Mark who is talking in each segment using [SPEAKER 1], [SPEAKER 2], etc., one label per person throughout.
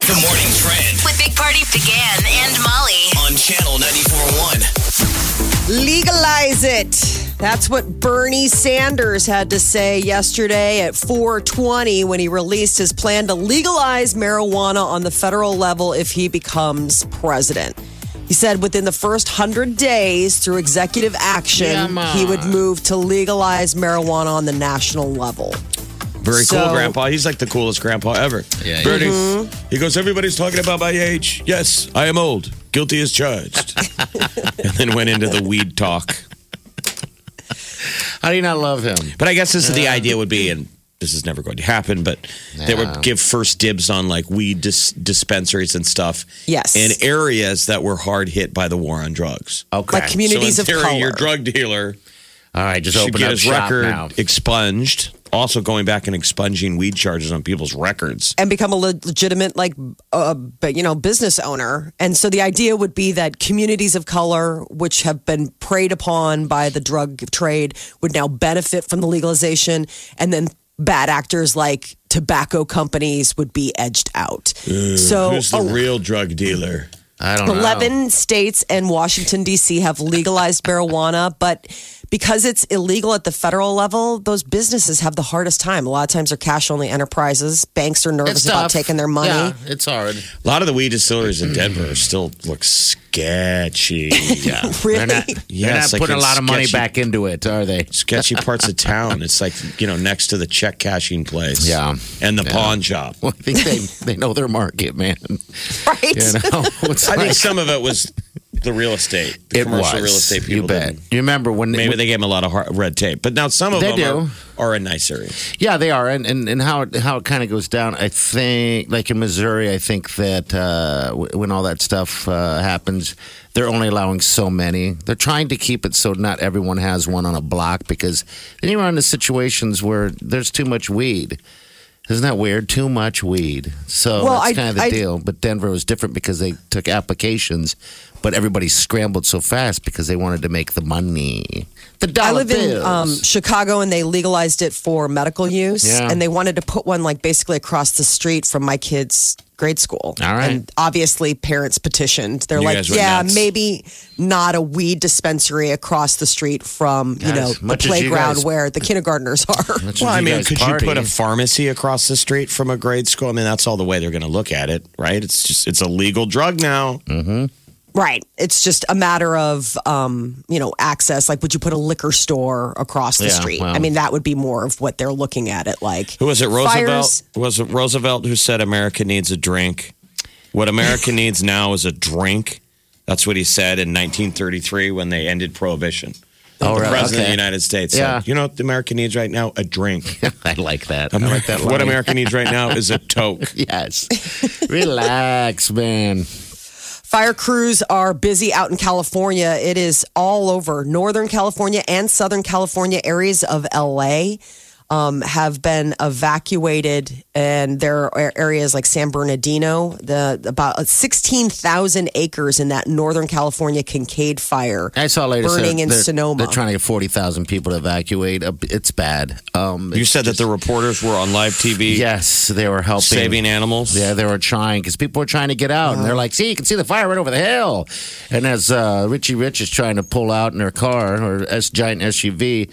[SPEAKER 1] The morning trend
[SPEAKER 2] with Big Party began and Molly.
[SPEAKER 1] on channel 94.1.
[SPEAKER 3] Legalize it. That's what Bernie Sanders had to say yesterday at 420 when he released his plan to legalize marijuana on the federal level if he becomes president. He said within the first 100 days through executive action, he would move to legalize marijuana on the national level.
[SPEAKER 4] Very
[SPEAKER 3] So-
[SPEAKER 4] cool grandpa. He's like the coolest grandpa ever.
[SPEAKER 1] Yeah,
[SPEAKER 4] Bernie. He goes, Everybody's talking about my age. Yes, I am old. Guilty as charged. and then went into the weed talk.
[SPEAKER 5] How do you not love him?
[SPEAKER 4] But I guess this is the idea would be, and this is never going to happen, but they would give first dibs on like weed dis- dispensaries and stuff.
[SPEAKER 3] Yes.
[SPEAKER 4] In areas that were hard hit by the war on drugs.
[SPEAKER 5] Okay.
[SPEAKER 3] Like communities
[SPEAKER 4] so in
[SPEAKER 3] of
[SPEAKER 4] theory,
[SPEAKER 3] color.
[SPEAKER 4] your drug dealer
[SPEAKER 5] All right, just
[SPEAKER 4] should
[SPEAKER 5] open
[SPEAKER 4] get
[SPEAKER 5] up
[SPEAKER 4] his
[SPEAKER 5] shop
[SPEAKER 4] record
[SPEAKER 5] now.
[SPEAKER 4] expunged. Also, going back and expunging weed charges on people's records.
[SPEAKER 3] and become a le- legitimate like uh, but, you know business owner and so the idea would be that communities of color which have been preyed upon by the drug trade would now benefit from the legalization and then bad actors like tobacco companies would be edged out so
[SPEAKER 4] Who's the
[SPEAKER 3] oh,
[SPEAKER 4] real drug dealer?
[SPEAKER 5] I don't know.
[SPEAKER 3] 11 states and Washington, D.C. have legalized marijuana, but because it's illegal at the federal level, those businesses have the hardest time. A lot of times they're cash only enterprises. Banks are nervous
[SPEAKER 5] It's
[SPEAKER 3] about
[SPEAKER 5] tough.
[SPEAKER 3] taking their money.
[SPEAKER 5] Yeah, it's hard.
[SPEAKER 4] A lot of the weed distilleries in Denver still look sketchy.
[SPEAKER 5] Yeah.
[SPEAKER 3] Really?
[SPEAKER 5] They're not, they're not
[SPEAKER 4] Yes, like
[SPEAKER 5] putting a
[SPEAKER 4] in
[SPEAKER 5] lot of money
[SPEAKER 4] sketchy-
[SPEAKER 5] back into it, are they?
[SPEAKER 4] sketchy parts of town. It's like, you know, next to the check cashing place.
[SPEAKER 5] Yeah.
[SPEAKER 4] And the pawn shop.
[SPEAKER 5] Well, I think they, they know their market, man.
[SPEAKER 3] Right?
[SPEAKER 5] You know, It's
[SPEAKER 4] I think
[SPEAKER 5] like-
[SPEAKER 4] some of it was the real estate, the
[SPEAKER 5] it was.
[SPEAKER 4] commercial real estate people.
[SPEAKER 5] you bet.
[SPEAKER 4] didn't-
[SPEAKER 5] You remember when
[SPEAKER 4] Maybe they gave him a lot of hard, red tape, but now some of
[SPEAKER 5] They
[SPEAKER 4] them Are, are a nice area.
[SPEAKER 5] Yeah, they are, and and, and how it, how it kind of goes down. I think, like in Missouri, I think that uh, w- when all that stuff uh, happens, they're only allowing so many. They're trying to keep it so not everyone has one on a block because then you run into situations where there's too much weed. Isn't that weird? Too much weed. So
[SPEAKER 3] Well, I-
[SPEAKER 5] that's kind of the
[SPEAKER 3] I-
[SPEAKER 5] deal. But Denver was different because they took applications, but everybody scrambled so fast because they wanted to make the money. The dollar
[SPEAKER 3] I live in
[SPEAKER 5] bills.
[SPEAKER 3] um, Chicago, and they legalized it for medical use,
[SPEAKER 5] Yeah.
[SPEAKER 3] and they wanted to put one like basically across the street from my kids' grade school.
[SPEAKER 5] All right.
[SPEAKER 3] and obviously parents petitioned. They're
[SPEAKER 4] You
[SPEAKER 3] like,
[SPEAKER 4] guys were
[SPEAKER 3] "Yeah,
[SPEAKER 4] nuts."
[SPEAKER 3] maybe not a weed dispensary across the street from you
[SPEAKER 5] Guys,
[SPEAKER 3] know the
[SPEAKER 5] much as you
[SPEAKER 3] playground
[SPEAKER 5] guys-
[SPEAKER 3] where the kindergartners are."
[SPEAKER 5] Much as
[SPEAKER 4] Well, I
[SPEAKER 5] you
[SPEAKER 4] mean,
[SPEAKER 5] guys
[SPEAKER 4] could
[SPEAKER 5] party.
[SPEAKER 4] you put a pharmacy across the street from a grade school? I mean, that's all the way they're going to look at it, right? It's just it's a legal drug now.
[SPEAKER 3] Right. It's just a matter of, um, you know, access. Like, would you put a liquor store across the
[SPEAKER 5] Yeah,
[SPEAKER 3] street?
[SPEAKER 5] well.
[SPEAKER 3] I mean, that would be more of what they're looking at it like.
[SPEAKER 4] Who was it? Roosevelt.
[SPEAKER 3] Fires-
[SPEAKER 4] Was it Roosevelt who said America needs a drink? What America needs now is a drink. That's what he said in 1933 when they ended prohibition.
[SPEAKER 5] Oh,
[SPEAKER 4] the
[SPEAKER 5] right,
[SPEAKER 4] president of
[SPEAKER 5] okay.
[SPEAKER 4] the United States
[SPEAKER 5] Yeah.
[SPEAKER 4] said, "You know what America needs right now? A drink.
[SPEAKER 5] I like that. I like that.
[SPEAKER 4] what
[SPEAKER 5] line.
[SPEAKER 4] America needs right now is a toke."
[SPEAKER 5] Yes. Relax, man.
[SPEAKER 3] Fire crews are busy out in California. It is all over. Northern California and Southern California areas of LA um, have been evacuated, and there are areas like San Bernardino, the about 16,000 acres in that Northern California Kincaid fire.
[SPEAKER 5] I saw later.
[SPEAKER 3] Burning in Sonoma.
[SPEAKER 5] They're trying to get forty thousand people to evacuate. Uh, It's bad. Um,
[SPEAKER 4] You
[SPEAKER 5] it's
[SPEAKER 4] said that the reporters were on live TV
[SPEAKER 5] yes, they were helping
[SPEAKER 4] saving animals.
[SPEAKER 5] Yeah, they were trying because people were trying to get out, and they're like, "See, you can see the fire right over the hill." And as uh, Richie Rich is trying to pull out in her car or S giant SUV,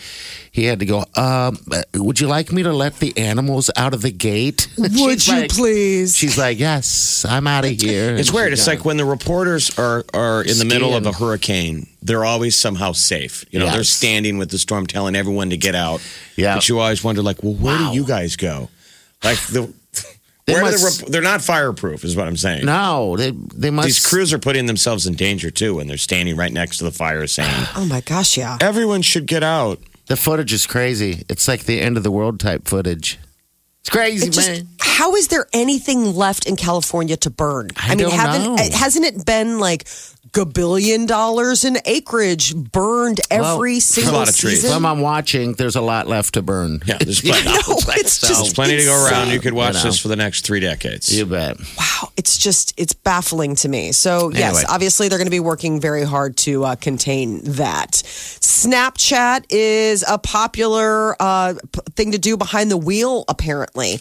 [SPEAKER 5] he had to go. Um, uh, would you like me to let the animals out of the gate?
[SPEAKER 3] Would
[SPEAKER 5] She's
[SPEAKER 3] you
[SPEAKER 5] like-
[SPEAKER 3] please?
[SPEAKER 5] She's like, "Yes, I'm out of here."
[SPEAKER 4] It's
[SPEAKER 5] And
[SPEAKER 4] weird.
[SPEAKER 5] she
[SPEAKER 4] It's
[SPEAKER 5] got-
[SPEAKER 4] like when the reporters are are in the middle of
[SPEAKER 5] Skiing.
[SPEAKER 4] a hurricane, they're always somehow safe. You know, they're
[SPEAKER 5] Yes.
[SPEAKER 4] standing with the storm, telling everyone to get out.
[SPEAKER 5] Yeah.
[SPEAKER 4] but you always wonder, like, well, where do you guys go? Like the
[SPEAKER 5] They
[SPEAKER 4] where do
[SPEAKER 5] must-
[SPEAKER 4] the rep- they're not fireproof, is what I'm saying.
[SPEAKER 5] no, they they must
[SPEAKER 4] These crews are putting themselves in danger too when they're standing right next to the fire, saying
[SPEAKER 3] Oh my gosh, yeah.
[SPEAKER 4] everyone should get out.
[SPEAKER 5] The footage is crazy. It's like the end of the world type footage. It's crazy,
[SPEAKER 3] It just,
[SPEAKER 5] man.
[SPEAKER 3] how is there anything left in California to burn?
[SPEAKER 5] I don't
[SPEAKER 3] haven't eh,
[SPEAKER 5] know.
[SPEAKER 3] hasn't it been like gabillion dollars in acreage burned every single
[SPEAKER 4] a lot of trees.
[SPEAKER 3] season?
[SPEAKER 5] From I'm watching, there's a lot left to burn.
[SPEAKER 4] Yeah, there's plenty.
[SPEAKER 3] No, it's
[SPEAKER 4] There's
[SPEAKER 3] just
[SPEAKER 4] plenty to go around. You could watch
[SPEAKER 5] I know.
[SPEAKER 4] this for the next three decades.
[SPEAKER 5] You bet.
[SPEAKER 3] wow, it's just it's baffling to me. So yes,
[SPEAKER 5] Anyway.
[SPEAKER 3] obviously they're going to be working very hard to uh, contain that. Snapchat is a popular uh, p- thing to do behind the wheel. Apparently,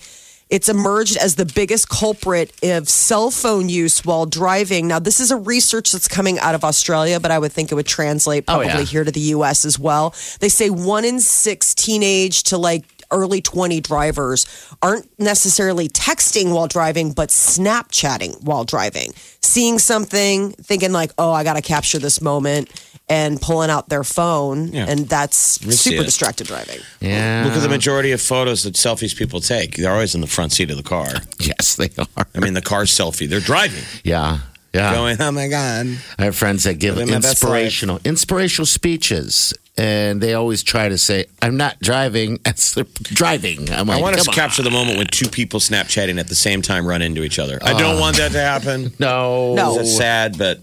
[SPEAKER 3] it's emerged as the biggest culprit of cell phone use while driving. Now, this is a research that's coming out of Australia, but I would think it would translate
[SPEAKER 5] Oh, yeah.
[SPEAKER 3] probably here to the U.S. as well. They say one in six teenage to like early 20 drivers aren't necessarily texting while driving, but Snapchatting while driving, seeing something, thinking like, oh, I got to capture this moment, and pulling out their phone.
[SPEAKER 4] Yeah.
[SPEAKER 3] And that's
[SPEAKER 4] We see
[SPEAKER 3] super
[SPEAKER 4] it.
[SPEAKER 3] distracted driving.
[SPEAKER 5] Yeah.
[SPEAKER 4] Look at the majority of photos that selfies people take. They're always in the front seat of the car.
[SPEAKER 5] Yes, they are.
[SPEAKER 4] I mean, the car selfie. They're driving,
[SPEAKER 5] Yeah. Yeah.
[SPEAKER 4] going, oh my God.
[SPEAKER 5] I have friends that give
[SPEAKER 4] Living my best
[SPEAKER 5] inspirational inspirational speeches, and they always try to say, "I'm not driving." That's the driving. I'm like,
[SPEAKER 4] I want us to
[SPEAKER 5] "Come
[SPEAKER 4] capture the moment when two people Snapchatting at the same time run into each other. I don't want that to happen.
[SPEAKER 5] on." Uh. No,
[SPEAKER 3] No.
[SPEAKER 4] It's sad, but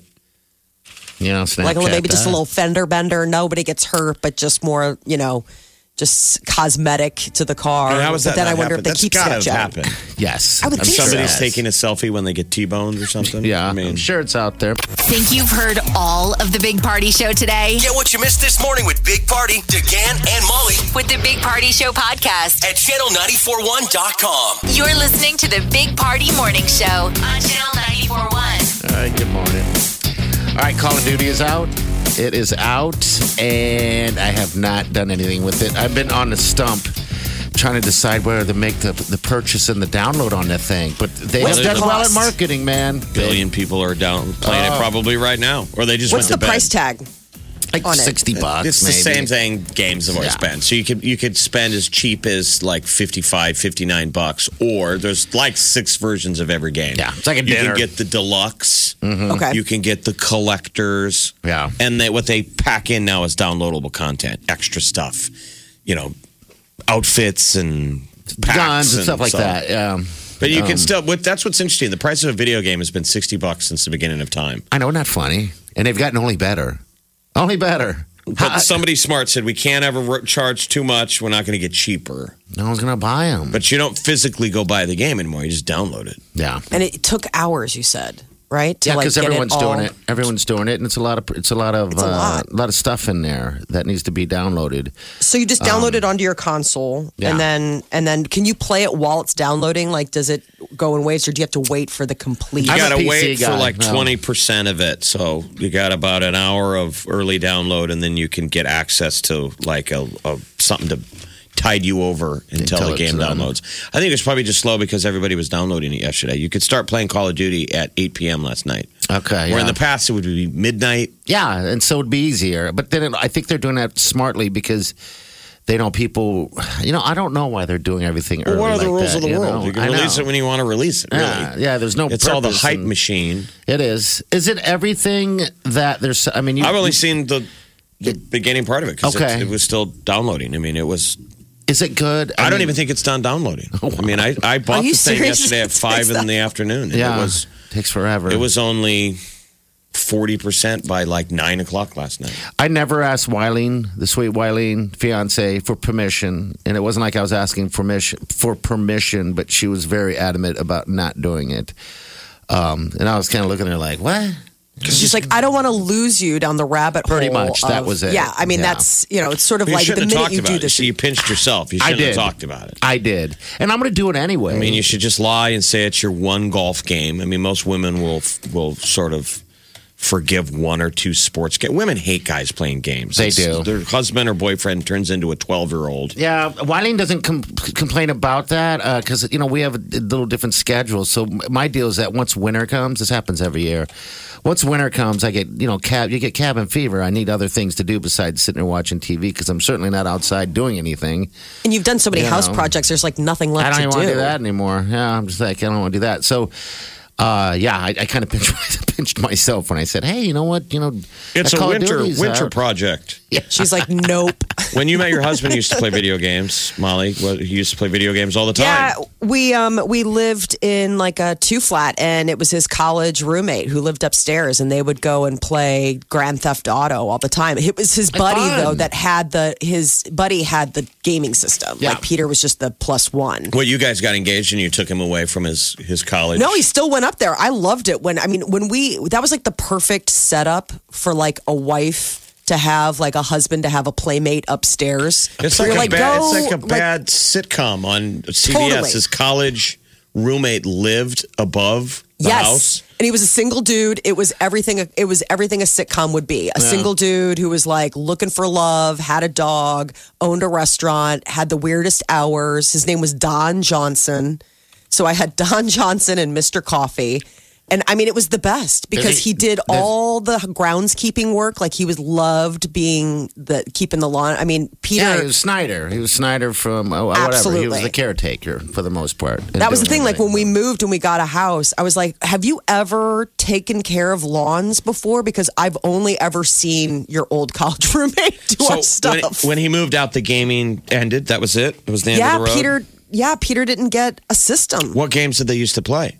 [SPEAKER 5] You know, Snapchat
[SPEAKER 3] like maybe just
[SPEAKER 5] that.
[SPEAKER 3] a little fender bender. Nobody gets hurt, but just more, you know, just cosmetic to the car.
[SPEAKER 4] how is
[SPEAKER 3] but
[SPEAKER 4] that?
[SPEAKER 3] then
[SPEAKER 4] not
[SPEAKER 3] I wonder
[SPEAKER 4] happen?
[SPEAKER 3] if they
[SPEAKER 4] That's
[SPEAKER 3] keep
[SPEAKER 4] gotta have
[SPEAKER 3] Snapchatting.
[SPEAKER 4] happened.
[SPEAKER 5] Yes,
[SPEAKER 3] I would
[SPEAKER 5] I'm
[SPEAKER 3] think
[SPEAKER 5] sure
[SPEAKER 3] so.
[SPEAKER 4] Somebody's
[SPEAKER 5] it has.
[SPEAKER 4] taking a selfie when they get T-boned or something.
[SPEAKER 5] Yeah,
[SPEAKER 4] I
[SPEAKER 5] I
[SPEAKER 4] mean,
[SPEAKER 5] am sure it's out there.
[SPEAKER 2] Think you've heard all of the Big Party Show today
[SPEAKER 1] Get what you missed this morning with Big Party, DeGan, and Molly
[SPEAKER 2] with the Big Party Show podcast.
[SPEAKER 1] at channel941.com.
[SPEAKER 2] You're listening to the Big Party Morning Show on Channel 941.
[SPEAKER 5] All right, good morning. All right, Call of Duty is out. It is out, and I have not done anything with it. I've been on the stump trying to decide whether to make the, the purchase and the download on that thing, but they
[SPEAKER 3] What's
[SPEAKER 5] have
[SPEAKER 4] the
[SPEAKER 5] done well
[SPEAKER 3] cost?
[SPEAKER 5] at marketing, man.
[SPEAKER 4] billion people are down playing it probably right now, or they just
[SPEAKER 3] Oh. What's the
[SPEAKER 4] went to bed.
[SPEAKER 3] price tag?
[SPEAKER 5] like
[SPEAKER 3] on it.
[SPEAKER 5] sixty bucks.
[SPEAKER 4] It's the
[SPEAKER 5] maybe.
[SPEAKER 4] same thing games have always
[SPEAKER 5] Yeah.
[SPEAKER 4] been. So you could you could spend as cheap as like 55, 59 bucks, or there's like six versions of every game.
[SPEAKER 5] Yeah, it's like a
[SPEAKER 4] you
[SPEAKER 5] dinner. Mm-hmm.
[SPEAKER 4] can get the deluxe.
[SPEAKER 3] Okay.
[SPEAKER 4] You can get the collectors.
[SPEAKER 5] Yeah.
[SPEAKER 4] And they, what they pack in now is downloadable content, extra stuff, you know, outfits and packs
[SPEAKER 5] guns and stuff like
[SPEAKER 4] so-
[SPEAKER 5] that. Um, Yeah.
[SPEAKER 4] But you can still, what, that's what's interesting. The price of a video game has been 60 bucks since the beginning of time.
[SPEAKER 5] I know, not funny. And they've gotten only better. Only better.
[SPEAKER 4] But somebody smart said, we can't ever ro- charge too much. We're not going to get cheaper.
[SPEAKER 5] No one's going to buy them.
[SPEAKER 4] But you don't physically go buy the game anymore. You just download it.
[SPEAKER 5] yeah.
[SPEAKER 3] And it took hours, you said, right? To,
[SPEAKER 5] Yeah,
[SPEAKER 3] like,
[SPEAKER 5] because
[SPEAKER 3] get it
[SPEAKER 5] everyone's
[SPEAKER 3] all-
[SPEAKER 5] doing it. Everyone's doing it, and it's a lot of it's a lot of
[SPEAKER 3] a
[SPEAKER 5] uh,
[SPEAKER 3] lot.
[SPEAKER 5] lot of stuff in there that needs to be downloaded.
[SPEAKER 3] So you just download it onto your console,
[SPEAKER 5] Um, yeah.
[SPEAKER 3] and then and then can you play it while it's downloading? Like, does it go in waves, or do you have to wait for the complete?
[SPEAKER 4] You
[SPEAKER 5] I'm a
[SPEAKER 4] gotta
[SPEAKER 5] PC
[SPEAKER 4] wait for
[SPEAKER 5] guy,
[SPEAKER 4] like
[SPEAKER 5] no.
[SPEAKER 4] twenty percent of it, so you got about an hour of early download, and then you can get access to like a, a something to tide you over until,
[SPEAKER 5] Until
[SPEAKER 4] the game
[SPEAKER 5] it's um, done.
[SPEAKER 4] downloads. I think it's probably just slow because everybody was downloading it yesterday. You could start playing Call of Duty at eight p.m. last night,
[SPEAKER 5] Okay,
[SPEAKER 4] where in
[SPEAKER 5] yeah.
[SPEAKER 4] the past it would be midnight.
[SPEAKER 5] yeah, and so it'd be easier. But then it, I think they're doing that smartly because they know people. You know, I don't know why they're doing everything. early
[SPEAKER 4] what are the
[SPEAKER 5] like
[SPEAKER 4] rules
[SPEAKER 5] that,
[SPEAKER 4] of the
[SPEAKER 5] you
[SPEAKER 4] world?
[SPEAKER 5] know?
[SPEAKER 4] You
[SPEAKER 5] I
[SPEAKER 4] can release
[SPEAKER 5] know.
[SPEAKER 4] it when you want to release it. Really?
[SPEAKER 5] Yeah, yeah, there's no.
[SPEAKER 4] It's all the
[SPEAKER 5] purpose
[SPEAKER 4] hype
[SPEAKER 5] and-
[SPEAKER 4] machine.
[SPEAKER 5] It is. Is it everything that there's? I mean, you,
[SPEAKER 4] I've only seen the the beginning part of it because
[SPEAKER 5] Okay.
[SPEAKER 4] it, was still downloading. I mean, it was.
[SPEAKER 5] is it good?
[SPEAKER 4] I, don't
[SPEAKER 5] mean-
[SPEAKER 4] even think it's done downloading. I mean, I, I bought
[SPEAKER 3] Are
[SPEAKER 4] the
[SPEAKER 3] you
[SPEAKER 4] thing
[SPEAKER 3] serious?
[SPEAKER 4] yesterday at
[SPEAKER 3] It
[SPEAKER 4] five
[SPEAKER 3] takes
[SPEAKER 4] in
[SPEAKER 3] that-
[SPEAKER 4] the afternoon. and
[SPEAKER 5] Yeah,
[SPEAKER 4] It was
[SPEAKER 5] takes forever.
[SPEAKER 4] it was only forty percent by like nine o'clock last night.
[SPEAKER 5] I never asked Wileen, the sweet Wileen fiance, for permission, and it wasn't like I was asking permission for permission, but she was very adamant about not doing it. Um, and I was kind of looking at her like, "What?"
[SPEAKER 3] She's like, I don't want to lose you down the rabbit
[SPEAKER 5] Pretty
[SPEAKER 3] hole.
[SPEAKER 5] much, that
[SPEAKER 3] of-
[SPEAKER 5] was it.
[SPEAKER 3] Yeah, I mean,
[SPEAKER 5] Yeah.
[SPEAKER 3] that's you know, it's sort of
[SPEAKER 4] You
[SPEAKER 3] like the
[SPEAKER 4] shouldn't
[SPEAKER 3] minute
[SPEAKER 4] have talked
[SPEAKER 3] you
[SPEAKER 4] about
[SPEAKER 3] do
[SPEAKER 4] it.
[SPEAKER 3] this,
[SPEAKER 4] you pinched yourself. You
[SPEAKER 5] I
[SPEAKER 4] shouldn't have
[SPEAKER 5] did.
[SPEAKER 4] talked about it.
[SPEAKER 5] I did, and I'm going to do it anyway.
[SPEAKER 4] I mean, you should just lie and say it's your one golf game. I mean, most women will will sort of forgive one or two sports games. Women hate guys playing games.
[SPEAKER 5] They do.
[SPEAKER 4] Their husband or boyfriend turns into a twelve year old.
[SPEAKER 5] Yeah, Wileen doesn't com- complain about that because you know we have a d- little different schedule. So m- my deal is that once winter comes, this happens every year. Once winter comes, I get you know cab you get cabin fever. I need other things to do besides sitting there watching TV because I'm certainly not outside doing anything.
[SPEAKER 3] and you've done so many
[SPEAKER 5] You
[SPEAKER 3] house
[SPEAKER 5] know.
[SPEAKER 3] projects. There's like nothing left
[SPEAKER 5] I don't even
[SPEAKER 3] to
[SPEAKER 5] want
[SPEAKER 3] do.
[SPEAKER 5] to do that anymore. Yeah, I'm just like I don't want to do that. So. Uh, yeah, I, I kind of pinched, pinched myself when I said, "Hey, you know what? You know,
[SPEAKER 4] It's
[SPEAKER 5] that
[SPEAKER 4] a
[SPEAKER 5] Call of
[SPEAKER 4] winter
[SPEAKER 5] Duty's
[SPEAKER 4] winter
[SPEAKER 5] out."
[SPEAKER 4] project.
[SPEAKER 3] She's like, nope.
[SPEAKER 4] When you met your husband, he used to play video games. Molly, what, he used to play video games all the time.
[SPEAKER 3] Yeah, we um we lived in like a two flat, and it was his college roommate who lived upstairs, and they would go and play Grand Theft Auto all the time. It was his buddy
[SPEAKER 5] fun.
[SPEAKER 3] though that had the his buddy had the gaming system.
[SPEAKER 5] Yeah.
[SPEAKER 3] Like Peter was just the plus one.
[SPEAKER 4] Well, you guys got engaged and you took him away from his his college.
[SPEAKER 3] No, he still went up there. I loved it when I mean when we that was like the perfect setup for like a wife to have like a husband to have a playmate upstairs.
[SPEAKER 4] It's
[SPEAKER 3] Where
[SPEAKER 4] like, a
[SPEAKER 3] you're
[SPEAKER 4] bad,
[SPEAKER 3] go,
[SPEAKER 4] it's like a
[SPEAKER 3] like,
[SPEAKER 4] bad sitcom on CBS.
[SPEAKER 3] Totally.
[SPEAKER 4] His college roommate lived above the
[SPEAKER 3] yes.
[SPEAKER 4] house.
[SPEAKER 3] And he was a single dude. It was everything. It was everything a sitcom would be. A single dude who was like looking for love, had a dog, owned a restaurant, had the weirdest hours. His name was Don Johnson. So I had Don Johnson and Mr. Coffee. And I mean, it was the best because he,
[SPEAKER 5] he-
[SPEAKER 3] did
[SPEAKER 5] there's-
[SPEAKER 3] all the groundskeeping work. Like he was loved being the keeping the lawn. I mean, Peter.
[SPEAKER 5] Yeah, he was Snyder. He was Snyder from oh, whatever. He
[SPEAKER 3] Absolutely.
[SPEAKER 5] was the caretaker for the most part. and
[SPEAKER 3] That was the
[SPEAKER 5] doing
[SPEAKER 3] thing. Like when
[SPEAKER 5] everything.
[SPEAKER 3] we moved and we got a house, I was like, "Have you ever taken care of lawns before?" Because I've only ever seen your old college roommate do our
[SPEAKER 4] when,
[SPEAKER 3] stuff.
[SPEAKER 4] when he moved out, the gaming ended. That was it. It was the end
[SPEAKER 3] yeah,
[SPEAKER 4] of the road.
[SPEAKER 3] Peter. Yeah, Peter didn't get a system.
[SPEAKER 4] What games did they used to play?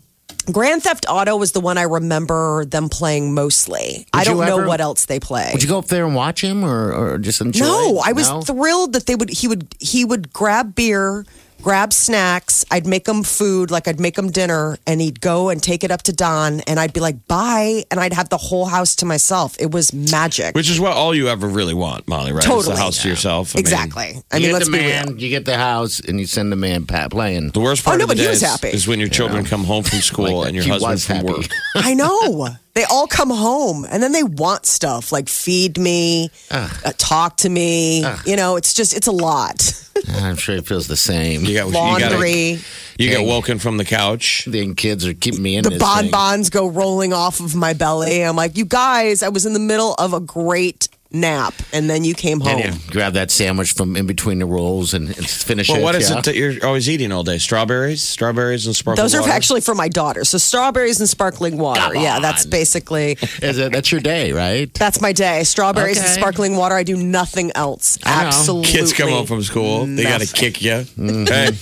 [SPEAKER 3] Grand Theft Auto was the one I remember them playing mostly. I
[SPEAKER 5] Would
[SPEAKER 3] don't
[SPEAKER 5] you
[SPEAKER 3] know
[SPEAKER 5] ever-
[SPEAKER 3] what else they play.
[SPEAKER 5] Would you go up there and watch him or, or just enjoy?
[SPEAKER 3] No, I was
[SPEAKER 5] No?
[SPEAKER 3] thrilled that they would. He would. He would grab beer, grab snacks. I'd make him food, like I'd make him dinner, and he'd go and take it up to Don, and I'd be like, "Bye," and I'd have the whole house to myself. It was magic.
[SPEAKER 4] Which is what all you ever really want, Molly, right? Is
[SPEAKER 3] Totally.
[SPEAKER 4] the house to yourself. I mean,
[SPEAKER 3] exactly. I
[SPEAKER 5] You
[SPEAKER 3] mean,
[SPEAKER 5] get
[SPEAKER 3] let's
[SPEAKER 5] the
[SPEAKER 3] be
[SPEAKER 5] man,
[SPEAKER 3] real.
[SPEAKER 5] you get the house, and you send the man Pat playing.
[SPEAKER 4] the worst
[SPEAKER 3] Oh,
[SPEAKER 4] part
[SPEAKER 3] no,
[SPEAKER 4] of the
[SPEAKER 3] but he
[SPEAKER 4] day
[SPEAKER 3] was
[SPEAKER 4] is,
[SPEAKER 3] happy.
[SPEAKER 4] is when your children come home from school
[SPEAKER 5] Like,
[SPEAKER 4] and your
[SPEAKER 5] he
[SPEAKER 4] husband
[SPEAKER 5] was
[SPEAKER 4] from
[SPEAKER 5] happy.
[SPEAKER 4] work.
[SPEAKER 3] I know. They all come home and then they want stuff like feed me, uh, talk to me. You know, it's just, it's a lot.
[SPEAKER 5] I'm sure it feels the same.
[SPEAKER 4] You got
[SPEAKER 3] Laundry.
[SPEAKER 4] You, gotta, you got woken from the couch.
[SPEAKER 5] Then kids are keeping me in
[SPEAKER 3] the
[SPEAKER 5] this thing.
[SPEAKER 3] bonbons go rolling off of my belly. I'm like, you guys, I was in the middle of a great nap, and then you came home.
[SPEAKER 5] And you grab that sandwich from in between the rolls and, and finish
[SPEAKER 4] Well,
[SPEAKER 5] it.
[SPEAKER 4] what is
[SPEAKER 5] yeah.
[SPEAKER 4] it that you're always eating all day? Strawberries, strawberries, and sparkling
[SPEAKER 3] Those are
[SPEAKER 4] water?
[SPEAKER 3] actually for my daughter. So strawberries and sparkling water.
[SPEAKER 5] Come
[SPEAKER 3] Yeah, that's
[SPEAKER 5] on.
[SPEAKER 3] basically
[SPEAKER 5] Is it- that's your day, right?
[SPEAKER 3] that's my day. Strawberries and
[SPEAKER 5] Okay.
[SPEAKER 3] sparkling water. I do nothing else.
[SPEAKER 5] I know.
[SPEAKER 3] Absolutely.
[SPEAKER 4] Kids come home from school. They got to kick you.
[SPEAKER 5] Mm-hmm.
[SPEAKER 4] Hey,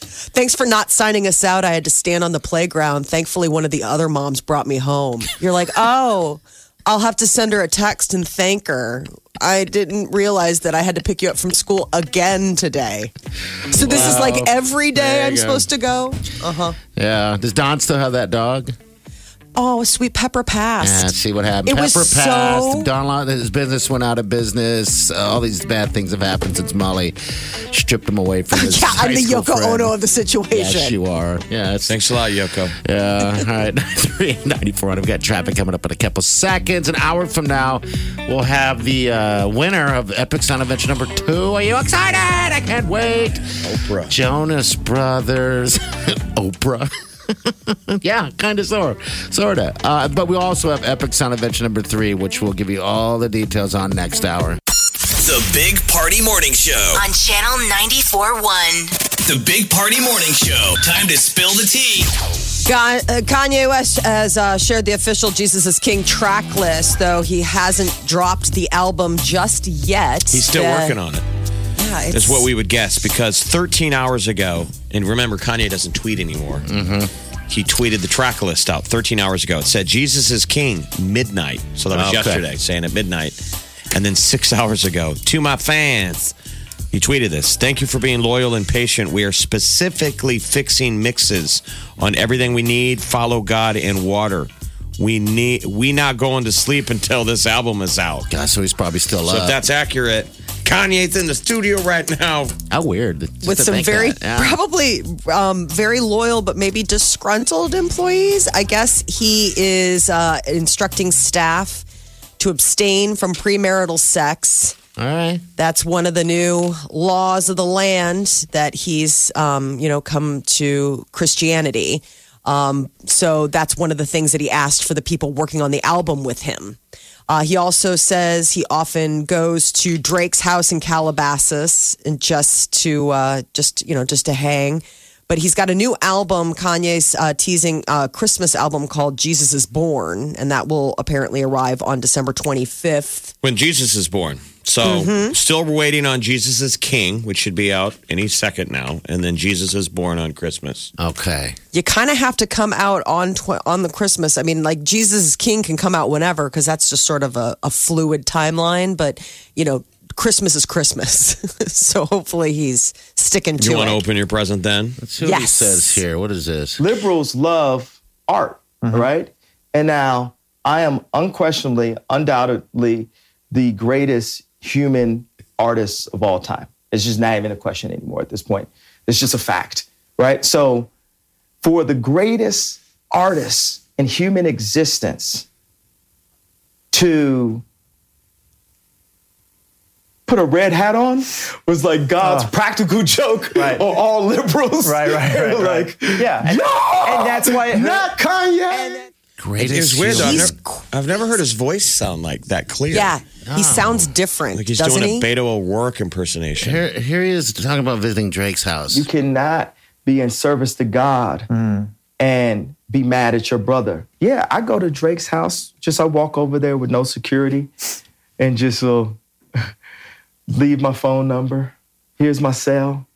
[SPEAKER 3] Thanks for not signing us out. I had to stand on the playground. Thankfully, one of the other moms brought me home. You're like, oh, I'll have to send her a text and thank her. I didn't realize that I had to pick you up from school again today. So this is like every day
[SPEAKER 5] There you
[SPEAKER 3] I'm
[SPEAKER 5] go.
[SPEAKER 3] supposed to go.
[SPEAKER 5] Yeah. Does Don still have that dog?
[SPEAKER 3] Oh, sweet pepper
[SPEAKER 5] Yeah,
[SPEAKER 3] passed.
[SPEAKER 5] see what happened.
[SPEAKER 3] It
[SPEAKER 5] Pepper
[SPEAKER 3] was
[SPEAKER 5] passed.
[SPEAKER 3] so-
[SPEAKER 5] Don Lon- his business went out of business. Uh, all these bad things have happened since Molly stripped him away from his.
[SPEAKER 3] Yeah, I'm
[SPEAKER 5] high
[SPEAKER 3] the
[SPEAKER 5] school
[SPEAKER 3] Yoko
[SPEAKER 5] friend.
[SPEAKER 3] Ono of the situation.
[SPEAKER 5] Yes, you are. Yeah, it's,
[SPEAKER 4] thanks a lot, Yoko.
[SPEAKER 5] yeah. All right, 94 We've got traffic coming up in a couple seconds. An hour from now, we'll have the uh, winner of Epic Sound Adventure number two. Are you excited? I can't wait.
[SPEAKER 4] Oprah.
[SPEAKER 5] Jonas Brothers, Oprah. yeah, kind of sort, sort of. Uh, but we also have Epic Sound Adventure number three, which we'll give you all the details on next hour.
[SPEAKER 1] The Big Party Morning Show.
[SPEAKER 2] on Channel 94.1.
[SPEAKER 1] The Big Party Morning Show. Time to spill the tea.
[SPEAKER 3] Ga- uh, Kanye West has uh, shared the official Jesus is King track list, though he hasn't dropped the album just yet.
[SPEAKER 4] He's still working on it.
[SPEAKER 3] Yeah,
[SPEAKER 4] Is what we would guess because 13 hours ago, and remember, Kanye doesn't tweet anymore. Mm-hmm. He tweeted the track list out 13 hours ago. It said Jesus is King midnight. So that was
[SPEAKER 5] Okay.
[SPEAKER 4] yesterday, saying at midnight, and then six hours ago to my fans. He tweeted this. Thank you for being loyal and patient. We are specifically fixing mixes on everything we need. Follow God and water. We need. We not going to sleep until this album is out.
[SPEAKER 5] God, so he's probably still
[SPEAKER 4] So
[SPEAKER 5] up.
[SPEAKER 4] if that's accurate, Kanye's in the studio right now.
[SPEAKER 5] How weird. Just
[SPEAKER 3] with
[SPEAKER 5] to
[SPEAKER 3] some
[SPEAKER 5] think
[SPEAKER 3] very
[SPEAKER 5] that, yeah.
[SPEAKER 3] probably um, very loyal but maybe disgruntled employees. I guess he is uh, instructing staff to abstain from premarital sex.
[SPEAKER 5] All right.
[SPEAKER 3] That's one of the new laws of the land that he's, um, you know, come to Christianity. Um, so that's one of the things that he asked for the people working on the album with him. Uh, he also says he often goes to Drake's house in Calabasas and just to uh, just you know just to hang. But he's got a new album, Kanye's uh, teasing uh, Christmas album called "Jesus Is Born," and that will apparently arrive on December 25th.
[SPEAKER 4] When Jesus is born, So still we're waiting on Jesus is King, which should be out any second now, and then Jesus is born on Christmas.
[SPEAKER 5] Okay.
[SPEAKER 3] You kind of have to come out on tw- on the Christmas. I mean, like Jesus is King can come out whenever because that's just sort of a, a fluid timeline. But you know, Christmas is Christmas, so hopefully he's sticking
[SPEAKER 4] Do
[SPEAKER 3] to
[SPEAKER 4] you want
[SPEAKER 3] it.
[SPEAKER 4] to open your present then?
[SPEAKER 5] Let's see what he
[SPEAKER 3] Yes.
[SPEAKER 5] says here. What is this?
[SPEAKER 6] liberals love art,
[SPEAKER 7] Mm-hmm.
[SPEAKER 6] right? And now I am unquestionably, undoubtedly the greatest human artist of all time. It's just not even a question anymore at this point. It's just a fact, right? So, for the greatest artist in human existence to put a red hat on was like God's practical joke
[SPEAKER 7] Uh. Right.
[SPEAKER 6] on all liberals.
[SPEAKER 7] Right, right, right, right.
[SPEAKER 6] like, yeah.
[SPEAKER 7] And- and that's why it hurt-
[SPEAKER 6] Not Kanye.
[SPEAKER 5] Greatest.
[SPEAKER 4] It's weird. Though. I've,
[SPEAKER 5] human-
[SPEAKER 4] never, I've never heard his voice sound like that clear.
[SPEAKER 3] Yeah, he sounds different,
[SPEAKER 4] Ah. like he's
[SPEAKER 3] doesn't
[SPEAKER 4] doing
[SPEAKER 3] he?
[SPEAKER 4] a Beto O'Rourke impersonation.
[SPEAKER 5] Here, here he is talking about visiting Drake's house.
[SPEAKER 6] you cannot be in service to God and be mad at your brother. Yeah, I go to Drake's house. Just I walk over there with no security and just will leave my phone number. Here's my cell.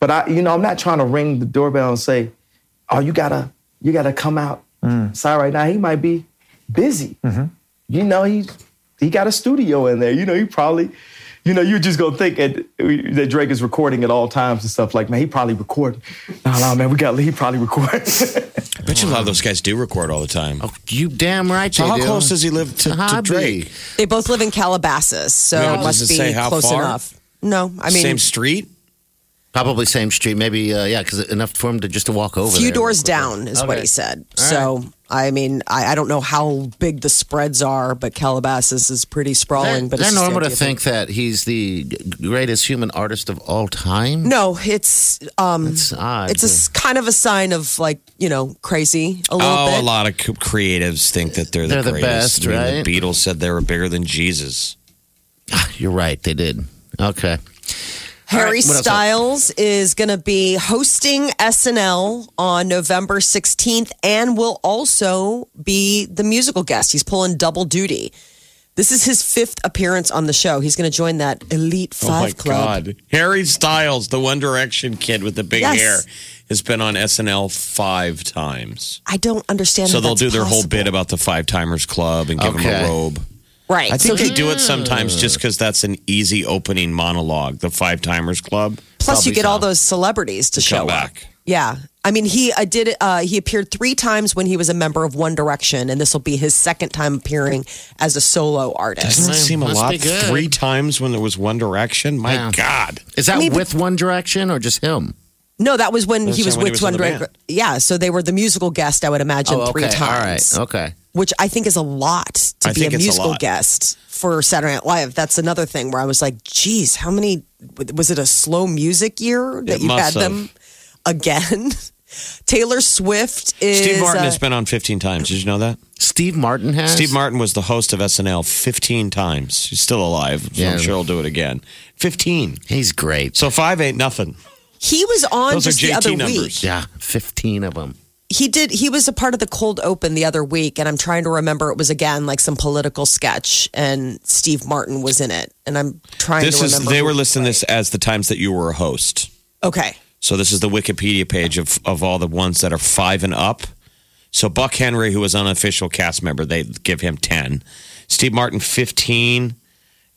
[SPEAKER 6] But I, you know, I'm not trying to ring the doorbell and say, "Oh, you gotta, you gotta come out." Sorry, right now he might be busy. You know, he he got a studio in there. You know, he probably, you know, you're just gonna think at, that Drake is recording at all times and stuff. Like, man, he probably recording. No, no, man, we got he probably recording.
[SPEAKER 4] I bet you a lot of those guys do record all the time.
[SPEAKER 5] Oh, You damn right
[SPEAKER 4] so
[SPEAKER 5] they
[SPEAKER 4] how
[SPEAKER 5] do.
[SPEAKER 4] close does he live to, to
[SPEAKER 5] Hobby.
[SPEAKER 4] Drake?
[SPEAKER 3] They both live in Calabasas, so
[SPEAKER 4] Yeah,
[SPEAKER 3] it
[SPEAKER 4] but does
[SPEAKER 3] must
[SPEAKER 4] it
[SPEAKER 3] be
[SPEAKER 4] say how
[SPEAKER 3] close
[SPEAKER 4] far?
[SPEAKER 3] enough. No, I mean,
[SPEAKER 4] Same street?
[SPEAKER 5] Probably same street. Maybe, uh, yeah, because enough for him to just to walk over.
[SPEAKER 3] few
[SPEAKER 5] there.
[SPEAKER 3] doors down is what he said. so I mean, I, I don't know how big the spreads are, but Calabasas is pretty
[SPEAKER 5] They're,
[SPEAKER 3] sprawling. but
[SPEAKER 5] they're
[SPEAKER 3] it's
[SPEAKER 5] normal to
[SPEAKER 3] still
[SPEAKER 5] think that he's the greatest human artist of all time.
[SPEAKER 3] No, it's um,
[SPEAKER 5] It's odd.
[SPEAKER 3] it's a s- kind of a sign of like you know crazy a little
[SPEAKER 4] Oh,
[SPEAKER 3] bit.
[SPEAKER 4] a lot of c- creatives think that they're the
[SPEAKER 5] They're the
[SPEAKER 4] greatest.
[SPEAKER 5] best,
[SPEAKER 4] I mean,
[SPEAKER 5] right?
[SPEAKER 4] The Beatles said they were bigger than Jesus.
[SPEAKER 5] You're right. They did. Okay.
[SPEAKER 3] Harry
[SPEAKER 5] All right, what else?
[SPEAKER 3] Styles is going to be hosting SNL on November 16th and will also be the musical guest. He's pulling double duty. This is his fifth appearance on the show. He's going to join that Elite
[SPEAKER 4] Oh my
[SPEAKER 3] Five club.
[SPEAKER 4] God. Harry Styles, the One Direction kid with the big
[SPEAKER 3] Yes.
[SPEAKER 4] hair, has been on SNL five times.
[SPEAKER 3] I don't understand.
[SPEAKER 4] So
[SPEAKER 3] how
[SPEAKER 4] they'll
[SPEAKER 3] that's
[SPEAKER 4] do their whole
[SPEAKER 3] possible.
[SPEAKER 4] bit about the Five Timers Club and give them
[SPEAKER 5] Okay.
[SPEAKER 4] a robe.
[SPEAKER 3] right?
[SPEAKER 4] I
[SPEAKER 3] so
[SPEAKER 4] think they do it sometimes just because that's an easy opening monologue, the Five Timers Club.
[SPEAKER 3] plus you
[SPEAKER 5] Probably
[SPEAKER 3] get all
[SPEAKER 5] so.
[SPEAKER 3] those celebrities to, show
[SPEAKER 4] Come
[SPEAKER 3] up.
[SPEAKER 4] back.
[SPEAKER 3] Yeah. I mean, he uh, did. Uh, he appeared three times when he was a member of One Direction, and this will be his second time appearing as a solo artist.
[SPEAKER 4] Doesn't that seem a
[SPEAKER 5] Must
[SPEAKER 4] lot?
[SPEAKER 5] be good.
[SPEAKER 4] Three times when there was One Direction? My
[SPEAKER 5] Yeah.
[SPEAKER 4] God.
[SPEAKER 5] Is that
[SPEAKER 3] I mean,
[SPEAKER 5] with One Direction or just him?
[SPEAKER 3] No, that was when he was
[SPEAKER 4] That's when he
[SPEAKER 3] with
[SPEAKER 4] was in
[SPEAKER 3] One
[SPEAKER 4] the
[SPEAKER 3] Direction.
[SPEAKER 4] band. Oh,
[SPEAKER 3] Yeah, so they were the musical guest. I would imagine three times,
[SPEAKER 5] Oh, All right. Okay.
[SPEAKER 3] which I think is a lot to
[SPEAKER 4] I
[SPEAKER 3] be a
[SPEAKER 4] think it's a
[SPEAKER 3] musical
[SPEAKER 4] lot.
[SPEAKER 3] guest for Saturday Night Live. That's another thing where I was like, "Geez, how many? Was it a slow music year that
[SPEAKER 4] It
[SPEAKER 3] you had
[SPEAKER 4] must have.
[SPEAKER 3] them again?" Taylor Swift is
[SPEAKER 4] Steve Martin
[SPEAKER 3] uh,
[SPEAKER 4] has been on 15 times. Did you know that?
[SPEAKER 5] Steve Martin has.
[SPEAKER 4] Steve Martin was the host of SNL 15 times. He's still alive, so
[SPEAKER 5] Yeah.
[SPEAKER 4] I'm sure he'll do it again. 15.
[SPEAKER 5] He's great.
[SPEAKER 4] So five ain't nothing.
[SPEAKER 3] He was on
[SPEAKER 4] Those are
[SPEAKER 3] just the other
[SPEAKER 4] JT
[SPEAKER 3] week.
[SPEAKER 4] numbers.
[SPEAKER 5] yeah, 15 of them.
[SPEAKER 3] He did. He was a part of the cold open the other week, and I'm trying to remember. It was again like some political sketch, and Steve Martin was in it. And I'm trying
[SPEAKER 4] This
[SPEAKER 3] to
[SPEAKER 4] is
[SPEAKER 3] remember.
[SPEAKER 4] they
[SPEAKER 3] who-
[SPEAKER 4] were listing this as the times that you were a host.
[SPEAKER 3] okay.
[SPEAKER 4] So this is the Wikipedia page of of all the ones that are five and up. So Buck Henry, who was an unofficial cast member, they give him ten. Steve Martin fifteen.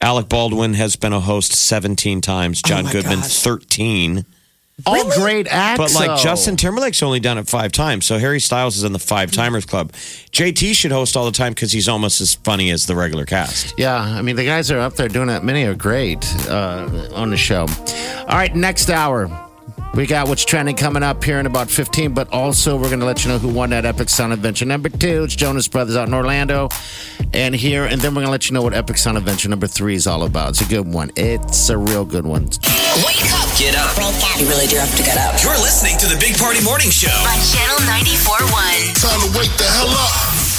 [SPEAKER 4] Alec Baldwin has been a host seventeen times. John
[SPEAKER 3] Oh my
[SPEAKER 4] Goodman
[SPEAKER 3] gosh.
[SPEAKER 4] thirteen.
[SPEAKER 5] All great acts.
[SPEAKER 4] But like
[SPEAKER 5] though.
[SPEAKER 4] Justin Timberlake's only done it five times, so Harry Styles is in the five timers club. JT should host all the time because he's almost as funny as the regular cast.
[SPEAKER 5] Yeah, I mean, the guys that are up there doing it. Many are great uh, on the show. All right, next hour. We got what's trending coming up here in about 15, but also we're going to let you know who won that Epic Sound Adventure number two. It's Jonas Brothers out in Orlando and here. And then we're going to let you know what Epic Sound Adventure number three is all about. It's a good one. It's a real good one.
[SPEAKER 2] Wake up
[SPEAKER 1] Get up.
[SPEAKER 2] You really do have to get up.
[SPEAKER 1] You're listening to the Big Party Morning Show.
[SPEAKER 2] On Channel 94.1.
[SPEAKER 8] Time to wake the hell up.